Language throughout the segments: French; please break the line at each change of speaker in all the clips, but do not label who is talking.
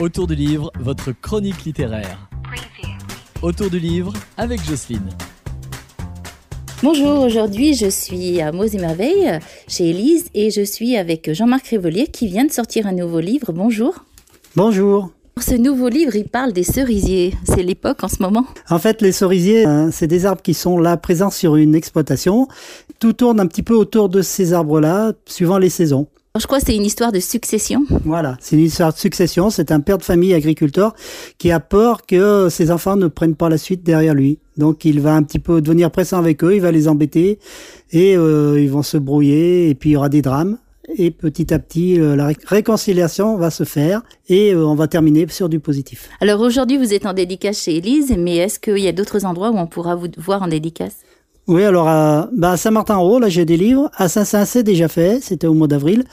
Autour du livre, votre chronique littéraire. Autour du livre avec Jocelyne.
Bonjour, aujourd'hui je suis à Mots et Merveilles chez Elise et je suis avec Jean-Marc Révolier qui vient de sortir un nouveau livre. Bonjour.
Bonjour.
Ce nouveau livre, il parle des cerisiers. C'est l'époque en ce moment.
En fait, les cerisiers, hein, c'est des arbres qui sont là présents sur une exploitation. Tout tourne un petit peu autour de ces arbres-là, suivant les saisons.
Alors, je crois que c'est une histoire de succession.
Voilà, c'est une histoire de succession. C'est un père de famille agriculteur qui a peur que ses enfants ne prennent pas la suite derrière lui. Donc il va un petit peu devenir pressant avec eux, il va les embêter et euh, ils vont se brouiller et puis il y aura des drames. Et petit à petit, euh, la ré- réconciliation va se faire et euh, on va terminer sur du positif.
Alors aujourd'hui vous êtes en dédicace chez Elise, mais est-ce qu'il y a d'autres endroits où on pourra vous voir en dédicace
Oui, alors à, bah, à Saint-Martin-en-Haut, là j'ai des livres. À Saint-Saëns, c'est déjà fait, c'était au mois d'avril.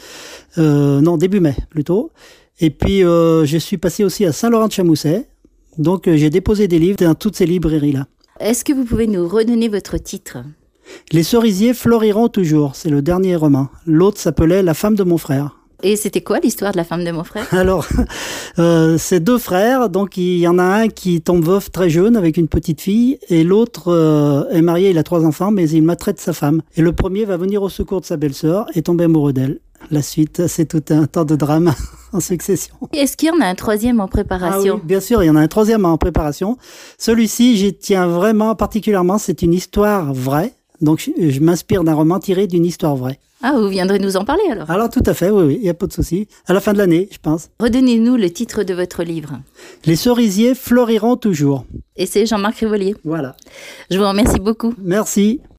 Euh, non, début mai plutôt. Et puis euh, je suis passé aussi à Saint-Laurent-de-Chamousset. Donc euh, j'ai déposé des livres dans toutes ces librairies-là.
Est-ce que vous pouvez nous redonner votre titre
Les cerisiers fleuriront toujours, c'est le dernier roman. L'autre s'appelait La femme de mon frère.
Et c'était quoi l'histoire de la femme de mon frère
Alors, euh, c'est deux frères, donc il y en a un qui tombe veuf très jeune avec une petite fille, et l'autre euh, est marié, il a trois enfants, mais il maltraite sa femme. Et le premier va venir au secours de sa belle-sœur et tomber amoureux d'elle. La suite, c'est tout un temps de drame en succession.
Est-ce qu'il y en a un troisième en préparation
Ah oui, bien sûr, il y en a un troisième en préparation. Celui-ci, j'y tiens vraiment particulièrement, c'est une histoire vraie. Donc, je, je m'inspire d'un roman tiré d'une histoire vraie.
Ah, vous viendrez nous en parler alors.
Alors, tout à fait, oui, oui, il n'y a pas de souci. À la fin de l'année, je pense.
Redonnez-nous le titre de votre livre.
Les cerisiers fleuriront toujours.
Et c'est Jean-Marc Rivolier.
Voilà.
Je vous remercie beaucoup.
Merci.